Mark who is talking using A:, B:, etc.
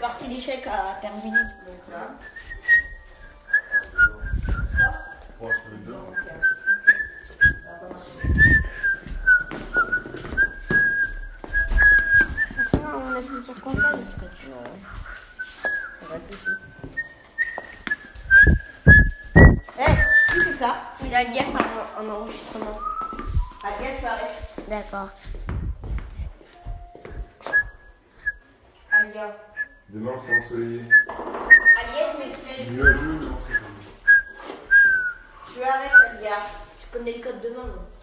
A: partie d'échecs à terminer.
B: Donc là.
C: Bon, je peux le dire.
B: Ça va pas marcher.
A: on a plusieurs conseils.
B: Non. On réfléchit. Hé, Eh, qui fait ça
A: C'est la liée à un, un enregistrement.
B: Adrien, tu arrêtes.
A: D'accord. Alia.
C: Demain, c'est ensoleillé.
A: Alias, mais tu, l'as-
C: Nuageux, mais ensoleillé.
B: Tu arrêtes, Alia.
A: tu connais le code de main. non